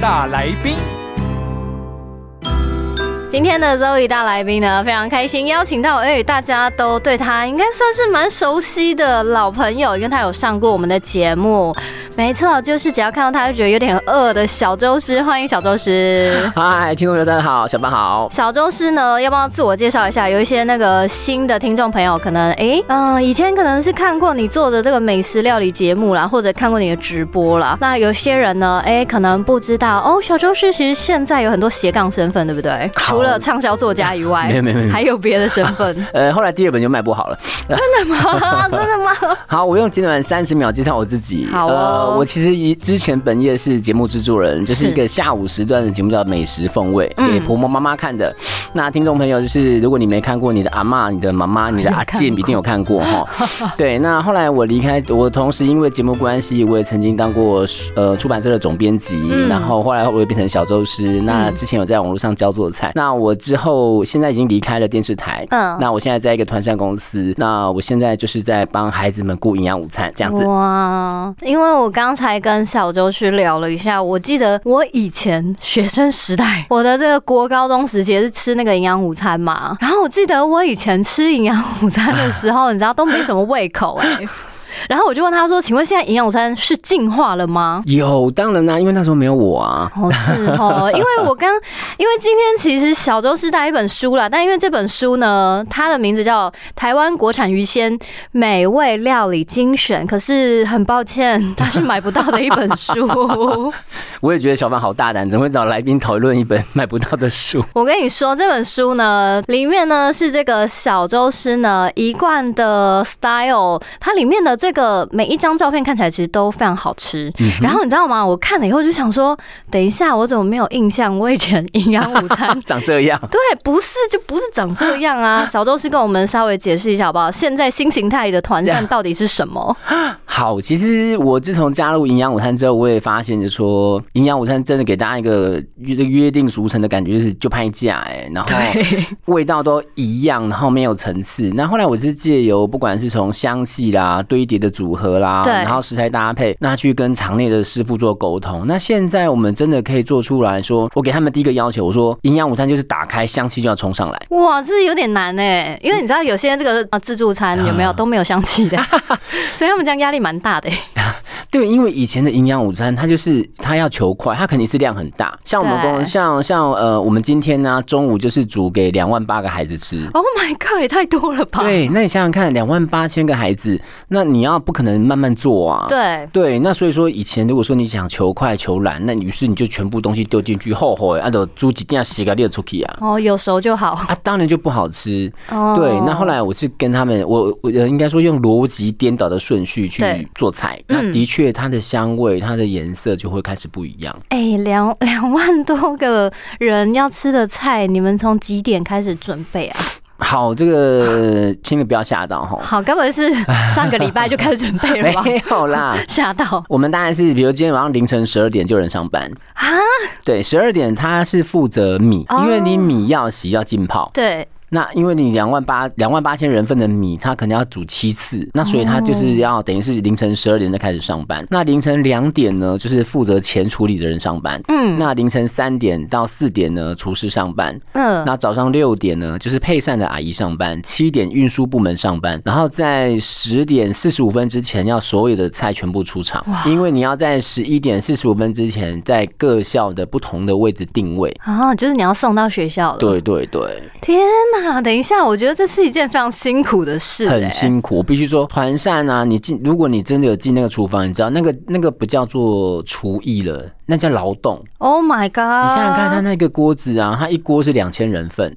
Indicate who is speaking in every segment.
Speaker 1: 大来宾，
Speaker 2: 今天的 Zoe 大来宾呢，非常开心，邀请到哎、大家都对他应该算是蛮熟悉的老朋友，因为他有上过我们的节目。没错，就是只要看到他就觉得有点饿的小周师，欢迎小周师。
Speaker 3: 嗨，听众朋友，大家好，小班好。
Speaker 2: 小周师呢，要不要自我介绍一下？有一些那个新的听众朋友，可能哎，嗯、以前可能是看过你做的这个美食料理节目啦，或者看过你的直播啦。那有些人呢，哎，可能不知道哦，小周师其实现在有很多斜杠身份，对不对？
Speaker 3: 好
Speaker 2: 除了畅销作家以外，
Speaker 3: 没有没有没有
Speaker 2: 还有别的身份
Speaker 3: 呃，后来第二本就卖不好了。
Speaker 2: 啊？真的吗？
Speaker 3: 好，我用简短三十秒介绍我自己。呃
Speaker 2: 好哦
Speaker 3: 我其实一之前本业是节目制作人，就是
Speaker 2: 是
Speaker 3: 一个下午时段的节目叫《美食风味》，
Speaker 2: 嗯
Speaker 3: 给婆婆妈妈看的。那听众朋友，就是如果你没看过，你的阿嬷、你的妈 妈、你的阿健一定有看过哈。对，那后来我离开，我同时因为节目关系，我也曾经当过呃出版社的总编辑，
Speaker 2: 嗯
Speaker 3: 然后后来我也变成小周师。那
Speaker 2: 嗯
Speaker 3: 之前有在网络上教做菜，那我之后现在已经离开了电视台，
Speaker 2: 嗯
Speaker 3: 那我现在在一个团膳公司，那我现在就是在帮孩子们顾营养午餐这样
Speaker 2: 哦
Speaker 3: 子。
Speaker 2: 哇！因为我刚才跟小周去聊了一下，我记得我以前学生时代，我的这个国高中时期也是吃那个营养午餐 嘛。然后我记得我以前吃营养午餐的时候，你知道都没什么胃口哎、 然后我就问他说：“请问现在营养午餐是进化了吗？”
Speaker 3: 有，当然啦、因为那时候没有我啊。
Speaker 2: 哦，是哦，因为我刚，因为今天其实小周是带一本书啦，但因为这本书呢，它的名字叫《台湾国产鱼鲜美味料理精选》，可是很抱歉， 它是买不到的一本书。
Speaker 3: 我也觉得小范好大胆，怎么会找来宾讨论一本买不到的书？
Speaker 2: 我跟你说，这本书呢，里面呢是这个小周师呢一贯的 style，它里面的这个每一张照片看起来其实都非常好吃。然后你知道吗？我看了以后就想说，等一下我怎么没有印象？我以前营养午餐
Speaker 3: 长这样，
Speaker 2: 对，不是就不是长这样 啊！小周师跟我们稍微解释一下好不好？现在新形态的团扇到底是什 么？
Speaker 3: 好，其实我自从加入营养午餐之后，我也发现，就说营养午餐真的给大家一个约约定俗成的感觉，就是就拍价哎、然后 味道都一样，然后没有层次。那后来我是借由不管是从香气啦、堆叠的组合啦，
Speaker 2: 对
Speaker 3: 然后食材搭配，那去跟场内的师傅做沟通。那现在我们真的可以做出来说，我给他们第一个要求，我说营养午餐就是打开香气就要冲上来。
Speaker 2: 哇，这有点难哎、因为你知道有些这个啊自助餐有没有都没有香气的，
Speaker 3: 啊
Speaker 2: 所以他们这样压力蛮大的、欸。
Speaker 3: 对，因为以前的营养午餐，它就是它要求快，它肯定是量很大。像我们
Speaker 2: 对
Speaker 3: 公像像呃，我们今天呢、中午就是煮给两万八个孩子 吃。
Speaker 2: Oh my god，也太多了吧？
Speaker 3: 对，那你想想看，两万八千个孩子，那你要不可能慢慢做啊。
Speaker 2: 对
Speaker 3: 对，那所以说以前如果说你想求快求懒，那于是你就全部东西丢进去，后悔啊，都煮几定要洗个列出去啊。
Speaker 2: 哦，有熟就好。
Speaker 3: 啊，当然就不好吃。
Speaker 2: 哦
Speaker 3: 对，那后来我是跟他们，我我呃应该说用逻辑颠倒的顺序
Speaker 2: 对
Speaker 3: 去做菜，
Speaker 2: 嗯
Speaker 3: 那的确它的香味、它的颜色就会开始不一样。
Speaker 2: 哎，两两万多个人要吃的菜，你们从几点开始准备啊？
Speaker 3: 好，这 个千万不要吓到哈，
Speaker 2: 好，该不会是上个礼拜就开始准备了吧？
Speaker 3: 没有啦。
Speaker 2: 吓到
Speaker 3: 我们当然是，比如今天晚上凌晨十二点就有人上班，
Speaker 2: 啊！
Speaker 3: 对，十二点他是负责米，
Speaker 2: 哦
Speaker 3: 因为你米要洗要浸泡，
Speaker 2: 对，
Speaker 3: 那因为你两万八两万八千人份的米，它可能要煮七次，那所以它就是要等于是凌晨十二点就开始上班。那凌晨两点呢，就是负责前处理的人上班。
Speaker 2: 嗯
Speaker 3: 那凌晨三点到四点呢，厨师上班。
Speaker 2: 嗯，
Speaker 3: 那早上六点呢，就是配膳的阿姨上班；七点运输部门上班，然后在十点四十五分之前要所有的菜全部出场，因为你要在十一点四十五分之前在各校的不同的位置定位。
Speaker 2: 啊，就是你要送到学校了。
Speaker 3: 对，对对，
Speaker 2: 天哪！等一下，我觉得这是一件非常辛苦的事、欸，
Speaker 3: 很辛苦。我必须说，团扇啊，你进，如果你真的有进那个厨房，你知道那个那个不叫做厨艺了，那叫劳动。
Speaker 2: Oh my god！
Speaker 3: 你想想看，他那个锅子啊，他一锅是两千人份，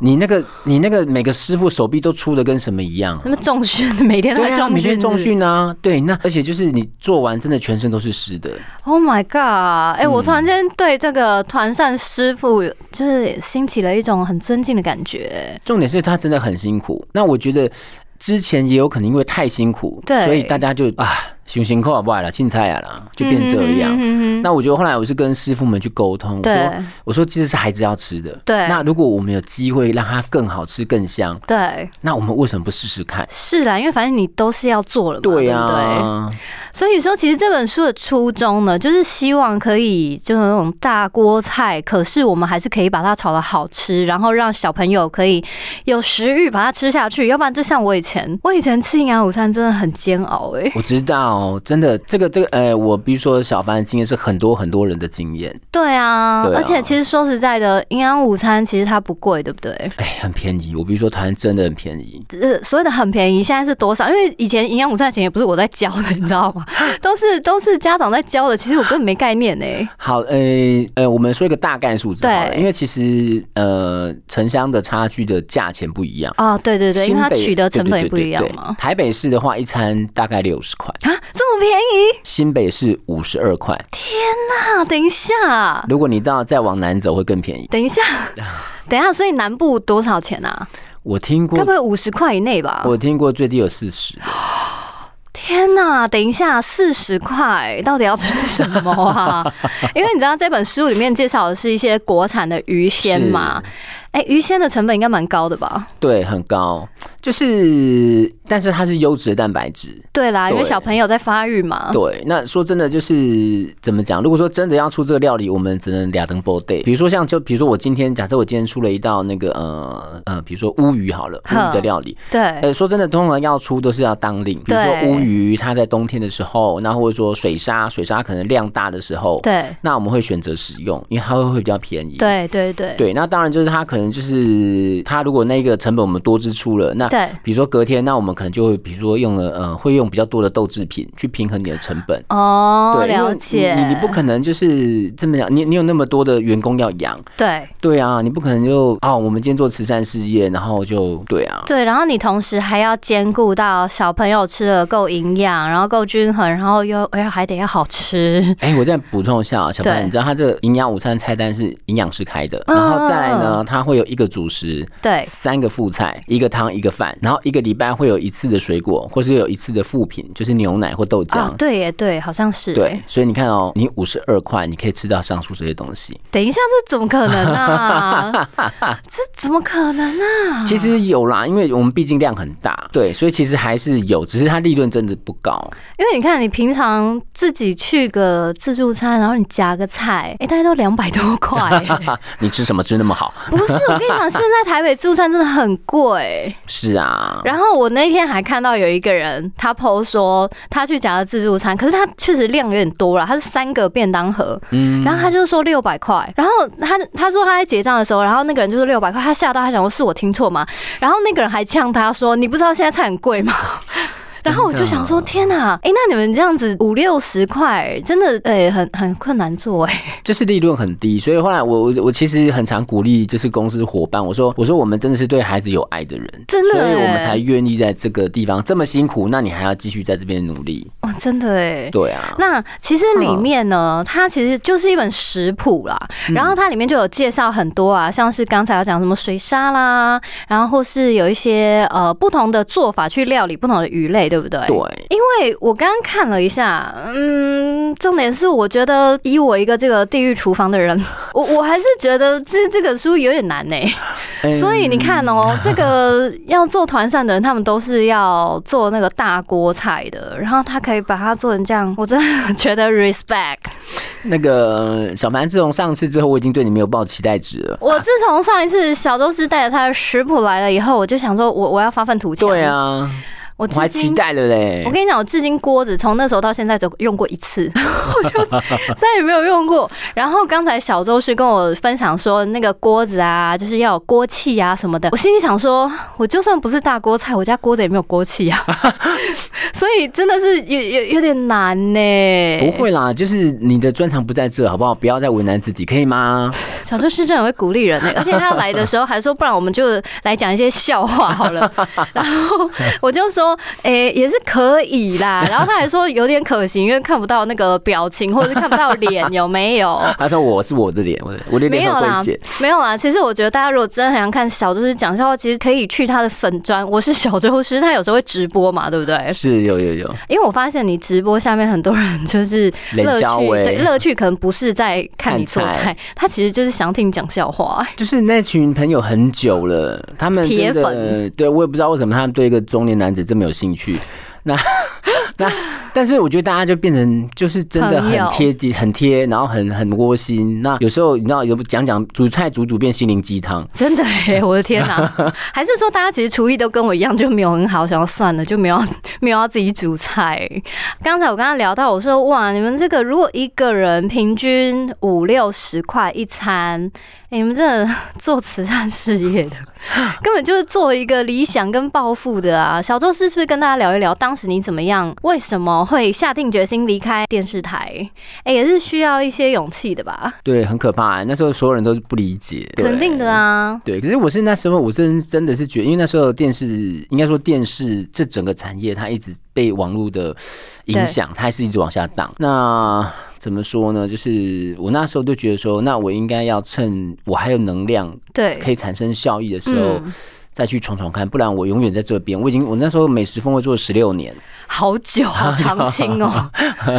Speaker 3: 你那个你那个每个师傅手臂都粗的跟什么一样。
Speaker 2: 什么重训，每天都
Speaker 3: 对
Speaker 2: 在
Speaker 3: 啊，
Speaker 2: 重
Speaker 3: 每天
Speaker 2: 训，
Speaker 3: 重。训啊，对，那而且就是你做完真的全身都是湿的，
Speaker 2: Oh my god！哎、我
Speaker 3: 嗯
Speaker 2: 突然间对这个团扇师傅就是兴起了一种很尊敬的感觉、
Speaker 3: 重点是他真的很辛苦。那我觉得之前也有可能因为太辛苦，
Speaker 2: 对
Speaker 3: 所以大家就啊，辛辛苦苦啦，青菜啊啦，就变这样。
Speaker 2: 嗯哼哼哼哼
Speaker 3: 那我觉得后来我是跟师傅们去沟通，我说
Speaker 2: 对
Speaker 3: 我说其实是孩子要吃的，
Speaker 2: 对
Speaker 3: 那如果我们有机会让它更好吃更香，
Speaker 2: 对，
Speaker 3: 那我们为什么不试试看？
Speaker 2: 是啦，因为反正你都是要做了嘛，
Speaker 3: 对啊呀、
Speaker 2: 不对？啊所以说，其实这本书的初衷呢，就是希望可以就是那种大锅菜，可是我们还是可以把它炒的好吃，然后让小朋友可以有食欲把它吃下去。要不然，就像我以前，我以前吃营养午餐真的很煎熬哎、
Speaker 3: 我知道，真的，这个这个，呃，我比如说小凡的经验是很多很多人的经验，
Speaker 2: 对啊，
Speaker 3: 对啊
Speaker 2: 而且其实说实在的，营养午餐其实它不贵，对不对？
Speaker 3: 哎，很便宜。我比如说团真的很便宜，
Speaker 2: 呃，所谓的很便宜，现在是多少？因为以前营养午餐的钱也不是我在交的，你知道 吗？都是都是家长在交的，其实我根本没概念哎、
Speaker 3: 好，呃呃，我们说一个大概数字好了，
Speaker 2: 对
Speaker 3: 因为其实呃城乡的差距的价钱不一样。
Speaker 2: 啊，对对对，因为它
Speaker 3: 新北
Speaker 2: 取得成本也不一样
Speaker 3: 对对对对
Speaker 2: 嘛。
Speaker 3: 台北市的话，一餐大概六十块，
Speaker 2: 啊，这么便宜
Speaker 3: 新北市五十二块。
Speaker 2: 啊！等一下，
Speaker 3: 如果你到再往南走，会更便宜。
Speaker 2: 等一 下，等一下，所以南部多少钱啊？
Speaker 3: 我听过
Speaker 2: 该不，会五十块以内吧？
Speaker 3: 我听过最低有四十。
Speaker 2: 啊天哪！等一下，四十块到底要吃什么 啊？因为你知道这本书里面介绍的是一些国产的鱼鲜嘛。哎、鱼鲜的成本应该蛮高的吧？
Speaker 3: 对，很高，就是，但是它是优质的蛋白质。
Speaker 2: 对啦，因为
Speaker 3: 对
Speaker 2: 小朋友在发育嘛。
Speaker 3: 对，那说真的，就是怎么讲？如果说真的要出这个料理，我们只能俩灯波 day。比如说像，就比如说我今天，假设我今天出了一道那个呃呃，比如说乌鱼好了，乌鱼的料理。
Speaker 2: 对
Speaker 3: 呃，说真的，通常要出都是要当令，比如说
Speaker 2: 对
Speaker 3: 乌鱼，它在冬天的时候，那或者说水沙，水沙可能量大的时候，
Speaker 2: 对
Speaker 3: 那我们会选择使用，因为它会会比较便宜。
Speaker 2: 对对对
Speaker 3: 对，那当然就是它可能就是它如果那个成本我们多支出了，那
Speaker 2: 对
Speaker 3: 比如说隔天，那我们可能就会比如说用了呃会用比较多的豆制品去平衡你的成本。
Speaker 2: 哦，
Speaker 3: 对，因为
Speaker 2: 了
Speaker 3: 你
Speaker 2: 解。
Speaker 3: 你你不可能就是这么讲，你你有那么多的员工要养，
Speaker 2: 对
Speaker 3: 对啊，你不可能就啊、我们今天做慈善事业，然后就对啊，
Speaker 2: 对，然后你同时还要兼顾到小朋友吃的够营养，然后够均衡，然后又哎呀还得要好吃。
Speaker 3: 哎、我再补充一下啊，小
Speaker 2: 对
Speaker 3: 潘，你知道它这个营养午餐菜单是营养师开的，
Speaker 2: 嗯
Speaker 3: 然后再来呢，它会有一个主食，
Speaker 2: 对
Speaker 3: 三个副菜，一个汤，一个饭，然后一个礼拜会有一次的水果，或是有一次的副品，就是牛奶或豆
Speaker 2: 啊、
Speaker 3: 浆。
Speaker 2: 对耶，对，好像是耶。
Speaker 3: 嗯
Speaker 2: 哎
Speaker 3: 对，所以你看哦，你五十二块，你可以吃到上述这些东西。
Speaker 2: 等一下，这怎么可能啊？这怎么可能啊？
Speaker 3: 其实有啦，因为我们毕竟量很大，对，所以其实还是有，只是它利润真的不高。
Speaker 2: 因为你看，你平常自己去个自助餐，然后你夹个菜，哎，大概都两百多块耶。
Speaker 3: 哈，你吃什么吃那么好？
Speaker 2: 不是，我跟你讲，现在台北自助餐真的很贵。
Speaker 3: 是啊，
Speaker 2: 然后我那天还看到有一个人，他 PO 说他去夹了自助餐，可是他确实量有点多了，他是三个便当盒，
Speaker 3: 嗯，
Speaker 2: 然后他就说六百块，然后他他说他在结账的时候，然后那个人就说六百块，他吓到，他想说是我听错吗？然后那个人还呛他说你不知道现在菜很贵吗？然后我就想说，天哪，哎、那你们这样子五六十块，真的，哎、很很困难做、哎，
Speaker 3: 就是利润很低，所以后来我我我其实很常鼓励，就是公司伙伴，我说我说我们真的是对孩子有爱的人，
Speaker 2: 真的
Speaker 3: 所以我们
Speaker 2: 欸
Speaker 3: 才愿意在这个地方这么辛苦，那你还要继续在这边努力，
Speaker 2: 哇，真的、哎，
Speaker 3: 对啊，
Speaker 2: 那其实里面呢，它其实就是一本食谱啦，然后它里面就有介绍很多啊，像是刚才有讲什么水沙啦，然后或是有一些呃不同的做法去料理不同的鱼类，对不对？
Speaker 3: 对，
Speaker 2: 因为我刚刚看了一下，嗯，重点是我觉得以我一个这个地狱厨房的人， 我我还是觉得这这个书有点难呢、
Speaker 3: 嗯
Speaker 2: 所以你看哦，这个要做团扇的人，他们都是要做那个大锅菜的，然后他可以把它做成这样，我真的 觉得 respect。
Speaker 3: 那个小凡自从上次之后，我已经对你没有抱期待值了。
Speaker 2: 我自从上一次小周师带着他的食谱来了以后，我就想说我我要发愤图强。
Speaker 3: 对，啊，
Speaker 2: 我
Speaker 3: 我还
Speaker 2: 至
Speaker 3: 期
Speaker 2: 今。
Speaker 3: 待了嘞
Speaker 2: 我。跟你讲，我至今锅子从那时候到现在只用过一次， 我就再也没有用过。然后刚才小周是跟我分享说，那个锅子啊，就是要有锅气啊什么的。我心里想说，我就算不是大锅菜，我家锅子也没有锅气啊， 所以真的是有有有点难呢、
Speaker 3: 不会啦，就是你的专长不在这，好不好？不要再为难自己，可以吗？
Speaker 2: 小周市政很会鼓励人 呢、而且他来的时候还说，不然我们就来讲一些笑话好 了。然后我就说，诶、也是可以啦。然后他还说有点可惜，因为看不到那个表情或者是看不到脸，有没 有？
Speaker 3: 他说我是我的脸，我的我的
Speaker 2: 没
Speaker 3: 脸
Speaker 2: 有
Speaker 3: 很
Speaker 2: 啦
Speaker 3: 会写。，
Speaker 2: 没有啦。其实我觉得大家如果真的很想看小周是讲笑话，其实可以去他的粉砖。我是小周师，他有时候会直播嘛，对不对？
Speaker 3: 是有有有，
Speaker 2: 因为我发现你直播下面很多人就是
Speaker 3: 冷
Speaker 2: 乐
Speaker 3: 笑
Speaker 2: 趣，
Speaker 3: 话欸
Speaker 2: 对乐趣可能不是在看你做
Speaker 3: 看菜
Speaker 2: 菜，他其实就是想听你讲笑话、
Speaker 3: 就是那群朋友很久了，他们
Speaker 2: 铁
Speaker 3: 真的
Speaker 2: 粉
Speaker 3: 对我也不知道为什么他们对一个中年男子这么有兴趣。 那那，但是我觉得大家就变成就是真的
Speaker 2: 朋
Speaker 3: 很
Speaker 2: 友
Speaker 3: 贴近、很贴，然后很很窝心。那有时候你知道有讲讲煮菜煮煮变心灵鸡汤，
Speaker 2: 真的哎、 我的天哪、还是说大家其实厨艺都跟我一样，就没有很好，想要算了，就没有 要没有要自己煮菜。刚才我跟他聊到，我说哇，你们这个如果一个人平均五六十块一餐，欸你们真的做慈善事业 的，根本就是做一个理想跟抱负的啊。小周是是不是跟大家聊一聊，当时你怎么样，为什么会下定决心离开电视台？哎、也是需要一些勇气的吧？
Speaker 3: 对，很可怕、那时候所有人都不理解，对
Speaker 2: 肯定的啊。
Speaker 3: 对，可是我是那时候，我真真的是觉得，因为那时候电视应该说电视这整个产业，它一直被网络的影响，它还是一直往下荡。那怎么说呢？就是我那时候就觉得说，那我应该要趁我还有能量，
Speaker 2: 对，
Speaker 3: 可以产生效益的时候。
Speaker 2: 嗯
Speaker 3: 再去闯闯看，不然我永远在这边。我已经我那时候美食峰会做了十六年，
Speaker 2: 好 久，好长青哦，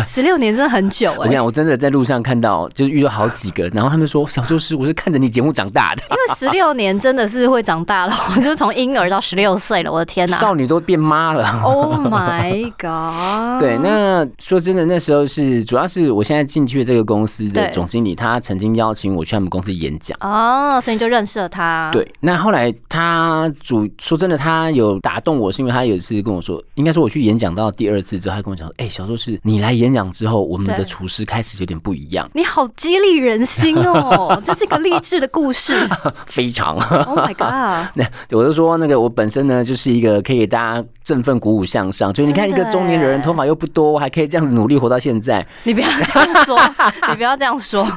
Speaker 2: 十六年真的很久
Speaker 3: 我
Speaker 2: 哎、
Speaker 3: 跟你讲，我真的在路上看到，就是遇到好几个，然后他们说小周师，我是看着你节目长大的，
Speaker 2: 因为十六年真的是会长大了， 我就从婴儿到十六岁了，我的啊天哪、
Speaker 3: 少女都变妈了。
Speaker 2: o h my god！
Speaker 3: 对，那说真的，那时候是主要是我现在进去的这个公司的
Speaker 2: 对
Speaker 3: 总经理，他曾经邀请我去他们公司演讲。
Speaker 2: 哦，所以你就认识了他，，
Speaker 3: 对，那后来他主说真的，他有打动我，是因为他有一次跟我说，应该说我去演讲到第二次之后，他跟我讲说，哎、小周是你来演讲之后，我们的
Speaker 2: 对
Speaker 3: 厨师开始有点不一样，
Speaker 2: 你好激励人心 哦，这是个励志的故事。
Speaker 3: 非常。
Speaker 2: Oh my god！
Speaker 3: 那我就说那个我本身呢，就是一个可以给大家振奋、鼓舞向上，所以你看一
Speaker 2: 真
Speaker 3: 个
Speaker 2: 的
Speaker 3: 中年人，
Speaker 2: 耶
Speaker 3: 头发又不多，还可以这样子努力活到现在，
Speaker 2: 你不要这样说，你不要这样说，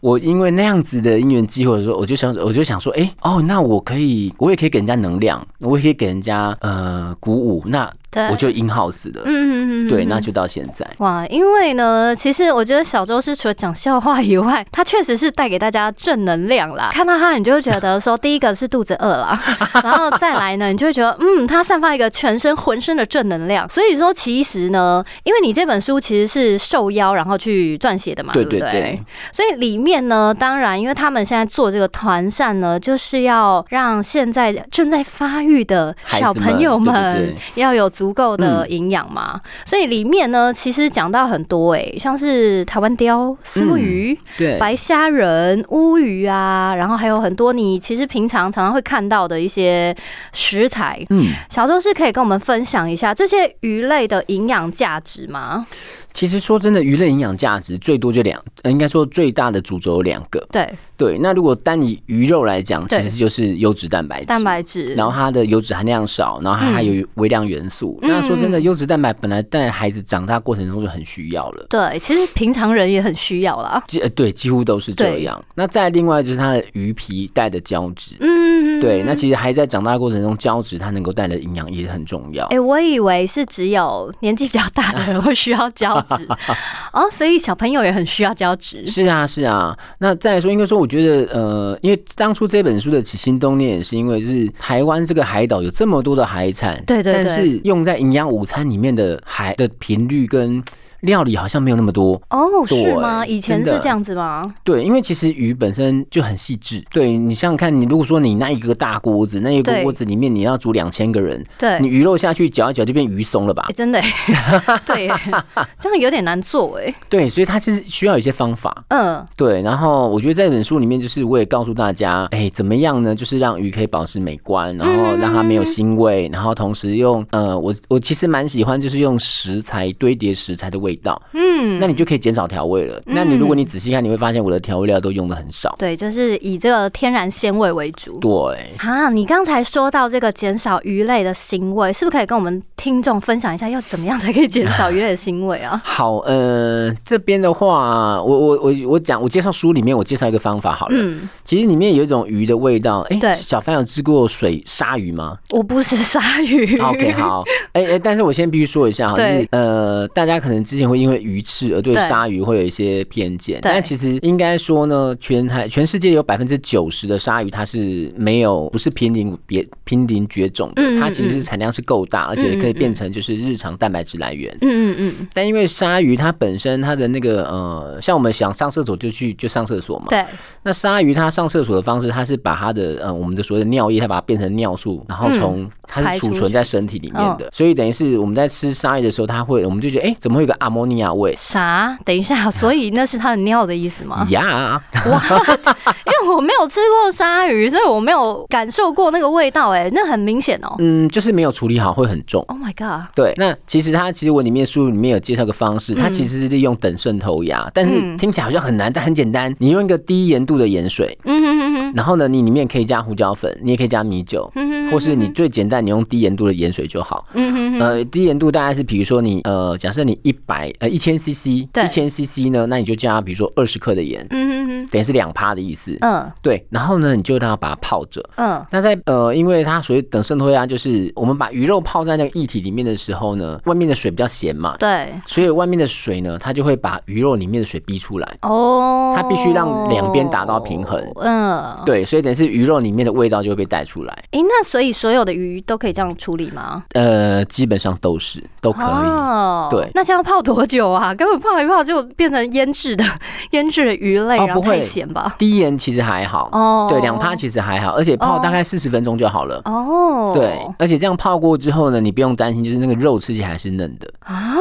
Speaker 3: 我因为那样子的因缘机会的时候，我就想，我就想说，哎、哦，那我可以，我也可以给人家能量，我也可以给人家呃鼓舞，那
Speaker 2: 对
Speaker 3: 我就 in house 了，
Speaker 2: 嗯嗯嗯嗯，
Speaker 3: 对，那
Speaker 2: 嗯
Speaker 3: 就到现在。
Speaker 2: 哇，因为呢，其实我觉得小周是除了讲笑话以外，他确实是带给大家正能量 啦。看到他，你就会觉得说，第一个是肚子饿啦，然后再来呢，你就会觉得，嗯，他散发一个全身浑身的正能量。所以说，其实呢，因为你这本书其实是受邀然后去撰写的嘛，
Speaker 3: 对
Speaker 2: 不
Speaker 3: 对对，
Speaker 2: 所以里面呢，当然，因为他们现在做这个团扇呢，就是要让现在正在发育的小朋友
Speaker 3: 孩子们对
Speaker 2: 们
Speaker 3: 对
Speaker 2: 要有足够的营养嘛。所以里面呢，其实讲到很多诶、像是台湾鲷、丝木鱼、
Speaker 3: 嗯对，
Speaker 2: 白虾仁、乌鱼啊，然后还有很多你其实平常常常会看到的一些食材。
Speaker 3: 嗯，
Speaker 2: 小周是可以跟我们分享一下这些鱼类的营养价值吗？
Speaker 3: 其实说真的，娱乐营养价值最多就两，呃应该说最大的主轴有两个。
Speaker 2: 对，
Speaker 3: 对，那如果单以鱼肉来讲，其
Speaker 2: 对
Speaker 3: 实就是优质蛋白质，
Speaker 2: 蛋白质，嗯
Speaker 3: 然后它的油脂含量少，然后它还有微量元素。那说真的，优质蛋白本来在孩子长大过程中就很需要了。
Speaker 2: 对，其实平常人也很需要啦。
Speaker 3: 几呃对，几乎都是这
Speaker 2: 对
Speaker 3: 样。那再另外就是它的鱼皮带的胶质，
Speaker 2: 嗯，
Speaker 3: 对，那其实还在长大过程中，胶质它能够带的营养也很重要。
Speaker 2: 哎、我以为是只有年纪比较大的 人会需要胶质哦，所以小朋友也很需要胶质。
Speaker 3: 是啊，是啊。那再来说，应该说，我觉得，呃，因为当初这本书的起心动念也是因为，就是台湾这个海岛有这么多的海产，
Speaker 2: 对对对
Speaker 3: 但是用在营养午餐里面的海的频率跟料理好像没有那么多。
Speaker 2: 哦，是
Speaker 3: 对
Speaker 2: 吗？以前
Speaker 3: 真
Speaker 2: 是
Speaker 3: 的
Speaker 2: 这样子吗？
Speaker 3: 对，因为其实鱼本身就很细致。对你想想看，你如果说你那一个大锅子，那一个
Speaker 2: 对
Speaker 3: 锅子里面你要煮两千个人，
Speaker 2: 对，
Speaker 3: 你鱼肉下去搅一搅就变鱼松了吧
Speaker 2: 欸、？真 的、欸，对耶，这样有点难做哎、
Speaker 3: 对，所以它其实需要有一些方法。
Speaker 2: 嗯，
Speaker 3: 对，然后我觉得在本书里面，就是我也告诉大家，哎，怎么样呢？就是让鱼可以保持美观，然后
Speaker 2: 嗯
Speaker 3: 让它没有腥味，然后同时用呃，我我其实蛮喜欢就是用食材堆叠食材的味道，
Speaker 2: 嗯，
Speaker 3: 那你就可以减少调味了。那你如果你仔细看，你会发现我的调味料都用的很少。
Speaker 2: 对，就是以这个天然鲜味为主。
Speaker 3: 对，？
Speaker 2: 啊，你刚才说到这个减少鱼类的腥味，是不是可以跟我们听众分享一下，要怎么样才可以减少鱼类的腥味啊
Speaker 3: 好，呃，这边的话，我我我我讲，我介绍书里面我介绍一个方法好了。
Speaker 2: 嗯，
Speaker 3: 其实里面有一种鱼的味道，哎、
Speaker 2: 对
Speaker 3: 小凡有吃过水鲨鱼吗？
Speaker 2: 我不是鲨鱼。
Speaker 3: OK，好，哎、哎、但是我先必须说一下哈，就
Speaker 2: 对
Speaker 3: 是呃，大家可能之前会因为鱼翅而对
Speaker 2: 对
Speaker 3: 鲨鱼会有一些偏见，
Speaker 2: 对
Speaker 3: 但其实应该说呢，全台全世界有百分之九十的鲨鱼它是没有不是濒临别濒临绝种的，
Speaker 2: 嗯嗯
Speaker 3: 它其实是产量是够大，而且可以
Speaker 2: 嗯嗯
Speaker 3: 变成就是日常蛋白质来源。
Speaker 2: 嗯嗯嗯，
Speaker 3: 但因为鲨鱼它本身它的那个呃，像我们想上厕所就去就上厕所嘛，
Speaker 2: 对，
Speaker 3: 那鲨鱼它上厕所的方式，它是把它的呃我们的所谓的尿液，它把它变成尿素，然后从它
Speaker 2: 嗯排
Speaker 3: 是
Speaker 2: 出哦
Speaker 3: 储存在身体里面的，所以等于是我们在吃鲨鱼的时候，它会我们就觉得哎、诶怎么会有个阿莫尼亚味？
Speaker 2: 啥？等一 下，所以那是它的尿的意思吗？
Speaker 3: 呀，
Speaker 2: 因为我没有吃过鲨鱼，所以我没有感受过那个味道、欸，哎，那很明显哦、
Speaker 3: 嗯，就是没有处理好会很重。
Speaker 2: Oh my god！
Speaker 3: 对，那其实它其实我里面书里面有介绍个方式，
Speaker 2: 嗯
Speaker 3: 它其实是利用等渗透压，但是听起来好像很难，但很简单，你用一个低盐度的盐水，
Speaker 2: 嗯嗯哼哼哼，
Speaker 3: 然后呢，你里面可以加胡椒粉，你也可以加米酒，或是你最简单，你用低盐度的盐水就好。
Speaker 2: 嗯哼哼，
Speaker 3: 呃，低盐度大概是比如说你呃，假设你一百呃一千 CC，
Speaker 2: 对
Speaker 3: 一千 CC 呢，那你就加比如说二十克的盐，
Speaker 2: 嗯哼哼，
Speaker 3: 等于是两趴的意思。
Speaker 2: 嗯
Speaker 3: 对，然后呢，你就让它把它泡着。
Speaker 2: 嗯，
Speaker 3: 那在呃，因为它所谓等渗透压，就是我们把鱼肉泡在那个液体里面的时候呢，外面的水比较咸嘛，
Speaker 2: 对，
Speaker 3: 所以外面的水呢，它就会把鱼肉里面的水逼出来。
Speaker 2: 哦，
Speaker 3: 它必须让两边达到平衡
Speaker 2: 嗯，
Speaker 3: 对，所以等于是鱼肉里面的味道就会被带出来。
Speaker 2: 诶，那所以所有的鱼都可以这样处理吗？
Speaker 3: 呃，基本上都是都可以。
Speaker 2: 哦
Speaker 3: 对
Speaker 2: 那这样泡多久啊？根本泡一泡就变成腌制的 腌制的鱼类，
Speaker 3: 哦
Speaker 2: 然后
Speaker 3: 不会
Speaker 2: 太咸吧？
Speaker 3: 低盐其实还好，
Speaker 2: 哦
Speaker 3: 对，两趴其实还好，而且泡大概四十分钟就好了。
Speaker 2: 哦，
Speaker 3: 对，而且这样泡过之后呢，你不用担心，就是那个肉吃起来还是嫩的。
Speaker 2: 啊，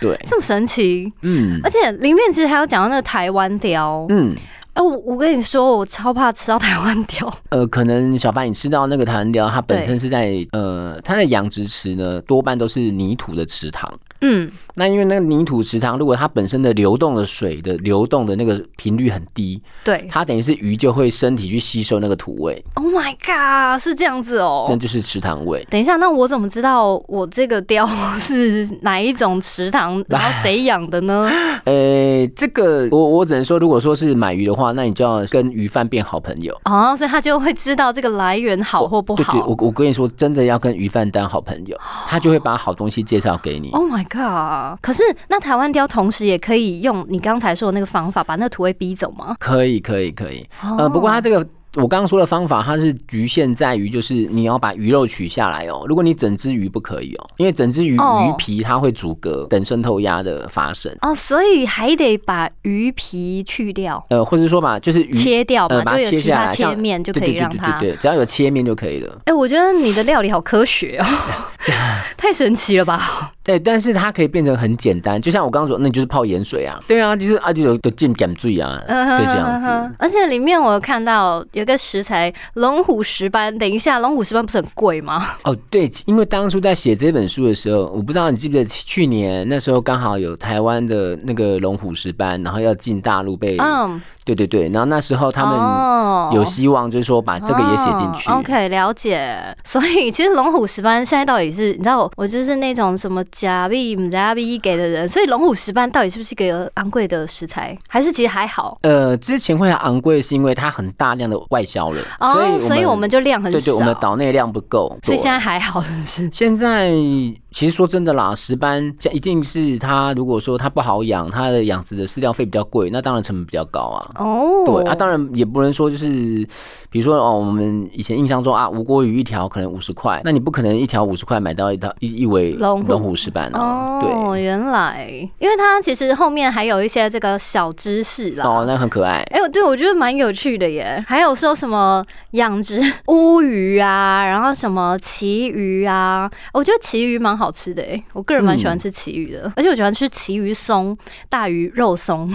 Speaker 3: 对，
Speaker 2: 这么神奇！
Speaker 3: 嗯
Speaker 2: 而且里面其实还有讲到那个台湾雕，哎、
Speaker 3: 嗯，
Speaker 2: 我我跟你说，我超怕吃到台湾雕，
Speaker 3: 呃，可能小凡你吃到那个台湾雕，它本
Speaker 2: 对
Speaker 3: 身是在呃，它的养殖池呢，多半都是泥土的池塘。
Speaker 2: 嗯，
Speaker 3: 那因为那个泥土池塘，如果它本身的流动的水的流动的那个频率很低，
Speaker 2: 对
Speaker 3: 它等于是鱼就会身体去吸收那个土味，
Speaker 2: ，Oh my god，是这样子哦、
Speaker 3: 那就是池塘味。
Speaker 2: 等一下，那我怎么知道我这个雕是哪一种池塘，然后谁养的 呢？
Speaker 3: 呃，这个我我只能说，如果说是买鱼的话，那你就要跟鱼贩变好朋友。
Speaker 2: 哦，所以他就会知道这个来源好或不
Speaker 3: 对对，
Speaker 2: 好哦
Speaker 3: 我。我跟你说，真的要跟鱼贩当好朋友，他就会把好东西介绍给你。
Speaker 2: Oh my god！可是那台湾雕同时也可以用你刚才说的那个方法把那个土味逼走吗？
Speaker 3: 可以，可以，可以。
Speaker 2: 哦
Speaker 3: 呃，不过他这个我刚刚说的方法，它是局限在于就是你要把鱼肉取下来哦。如果你整只鱼不可以哦，因为整只鱼
Speaker 2: 哦
Speaker 3: 鱼皮它会阻隔等渗透压的发生。
Speaker 2: 哦，所以还得把鱼皮去掉、
Speaker 3: 呃，或者说把就是鱼
Speaker 2: 切掉嘛，
Speaker 3: 呃把
Speaker 2: 就
Speaker 3: 它
Speaker 2: 有
Speaker 3: 切
Speaker 2: 其
Speaker 3: 下
Speaker 2: 他
Speaker 3: 来，
Speaker 2: 切
Speaker 3: 像
Speaker 2: 面就可以
Speaker 3: 对对对
Speaker 2: 让
Speaker 3: 对
Speaker 2: 它。
Speaker 3: 对对，只要有切面就可以了。
Speaker 2: 哎、我觉得你的料理好科 学哦， 太神奇了吧！
Speaker 3: 对，但是它可以变成很简单，就像我刚刚说，那你就是泡盐水啊，对啊，就是啊，就有的进碱醉啊，
Speaker 2: 嗯
Speaker 3: 对，这样子。。
Speaker 2: 而且里面我有看到有个食材龙虎石斑，等一下，龙虎石斑不是很贵吗？
Speaker 3: 哦，对，因为当初在写这本书的时候，我不知道你记不记得去年那时候刚好有台湾的那个龙虎石斑，然后要进大陆被，
Speaker 2: 嗯，
Speaker 3: 对对对，然后那时候他们
Speaker 2: 哦
Speaker 3: 有希望，就是说把这个也写进去。
Speaker 2: 哦 OK，了解。所以其实龙虎石斑现在到底是，你知道我我就是那种什么假币、假币给的人，所以龙虎石斑到底是不是一个昂贵的食材，还是其实还好？
Speaker 3: 呃，之前会昂贵是因为它很大量的外销了，
Speaker 2: 哦，所以
Speaker 3: 我
Speaker 2: 我们就量很少，
Speaker 3: 对对，我们的岛内量不够，
Speaker 2: 所以
Speaker 3: 对
Speaker 2: 现在还好，是不是？
Speaker 3: 现在其实说真的啦，石斑这一定是它如果说它不好养，它的养殖的饲料费比较贵，那当然成本比较高啊。
Speaker 2: 哦，
Speaker 3: 对啊，当然也不能说就是，比如说哦，我们以前印象中啊，无锅鱼一条可能五十块，那你不可能一条五十块买到一条一一尾
Speaker 2: 龙虎
Speaker 3: 龙虎石斑啊，
Speaker 2: 哦，
Speaker 3: 对，
Speaker 2: 原来，因为它其实后面还有一些这个小知识啦。
Speaker 3: 哦，那很可爱。
Speaker 2: 哎、我对我觉得蛮有趣的耶。还有说什么养殖乌鱼啊，然后什么旗鱼啊，我觉得旗鱼蛮好吃的哎，我个人蛮喜
Speaker 3: 嗯
Speaker 2: 欢吃旗鱼的，而且我喜欢吃旗鱼松、大鱼肉 松，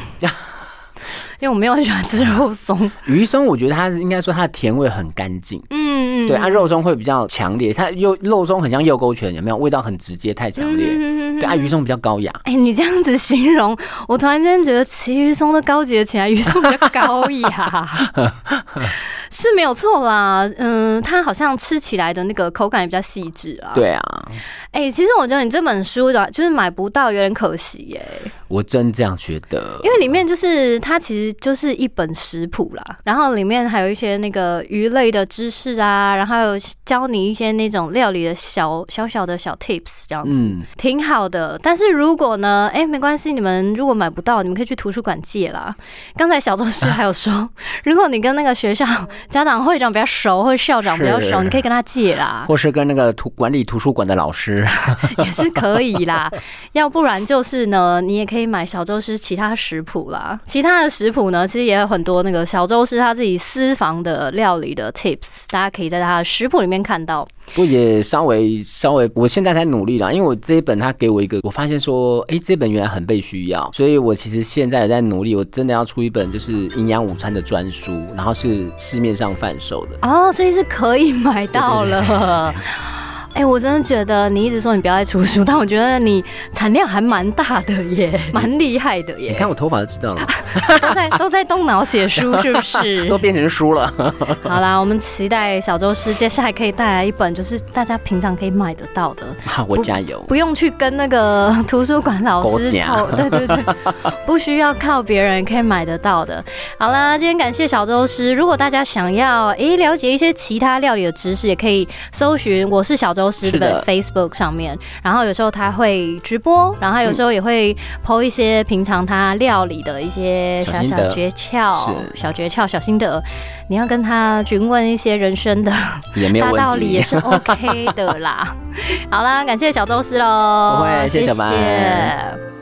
Speaker 2: 因为我没有很喜欢吃肉松。
Speaker 3: 鱼松我觉得它是应该说它的甜味很干净，
Speaker 2: 嗯，
Speaker 3: 对，它啊肉松会比较强烈，它又肉松很像右勾拳，有没有？味道很直接，太强烈。
Speaker 2: 嗯
Speaker 3: 对，啊，鱼。松比较高雅。
Speaker 2: 哎、你这样子形容，我突然间觉得奇鱼松都高级了起来， 鱼松比较高雅，是没有错啦。嗯，它好像吃起来的那个口感也比较细致啊。，
Speaker 3: 对啊，
Speaker 2: 哎、其实我觉得你这本书的，就是买不到有点可惜耶、
Speaker 3: 我真这样觉得。
Speaker 2: 因为里面就是它其实就是一本食谱啦，然后里面还有一些那个鱼类的知识啊，然后还有教你一些那种料理的小小小的小 tips 这样子。
Speaker 3: 嗯，
Speaker 2: 挺好的，但是如果呢，哎、没关系，你们如果买不到，你们可以去图书馆借啦。刚才小周师还有说，如果你跟那个学校家长会长比较熟，或者校长比较熟，
Speaker 3: 是
Speaker 2: 你可以跟他借 啦，
Speaker 3: 或是跟那个图管理图书馆的老师，
Speaker 2: 也是可以啦。要不然就是呢，你也可以买小周师其他食谱啦。其他的食谱呢，其实也有很多那个小周师他自己私房的料理的 tips，大家可以在他的食谱里面看到。
Speaker 3: 不也稍微稍微，我现在才努力啦，因为我这一本它给我一个，我发现说，哎、这本原来很被需要，所以我其实现在也在努力，我真的要出一本就是营养午餐的专书，然后是市面上贩售的。
Speaker 2: 哦，所以是可以买到了。 哎、我真的觉得你一直说你不要再出书， 但我觉得你产量还蛮大的耶，蛮厉害的
Speaker 3: 你
Speaker 2: 耶，
Speaker 3: 看我头发就知道了，
Speaker 2: 都在都在动脑写书，是不 是
Speaker 3: 都？变成书了。
Speaker 2: 好啦，我们期待小周师接下来可以带来一本，就是大家平常可以买得到的，
Speaker 3: 好，我加油。
Speaker 2: 不用去跟那个 图书馆老师
Speaker 3: 勾结
Speaker 2: 讨，对对对，不需要靠别人可以买得到的。好啦，今天感谢小周师。如果大家想要诶了解一些其他料理的知识，也可以搜寻我是小周师
Speaker 3: 是
Speaker 2: 的
Speaker 3: 的
Speaker 2: Facebook 上面。然后有时候他会直播，然后他有时候也会 PO 一些平常他料理的一些小
Speaker 3: 小心
Speaker 2: 小
Speaker 3: 得
Speaker 2: 诀窍、
Speaker 3: 是
Speaker 2: 小诀窍、小心得。你要跟他询问一些人生的
Speaker 3: 也没有
Speaker 2: 大道
Speaker 3: 问题
Speaker 2: 理也是 OK 的啦。好啦，感谢小周师喽，
Speaker 3: 不会谢谢小白
Speaker 2: 谢谢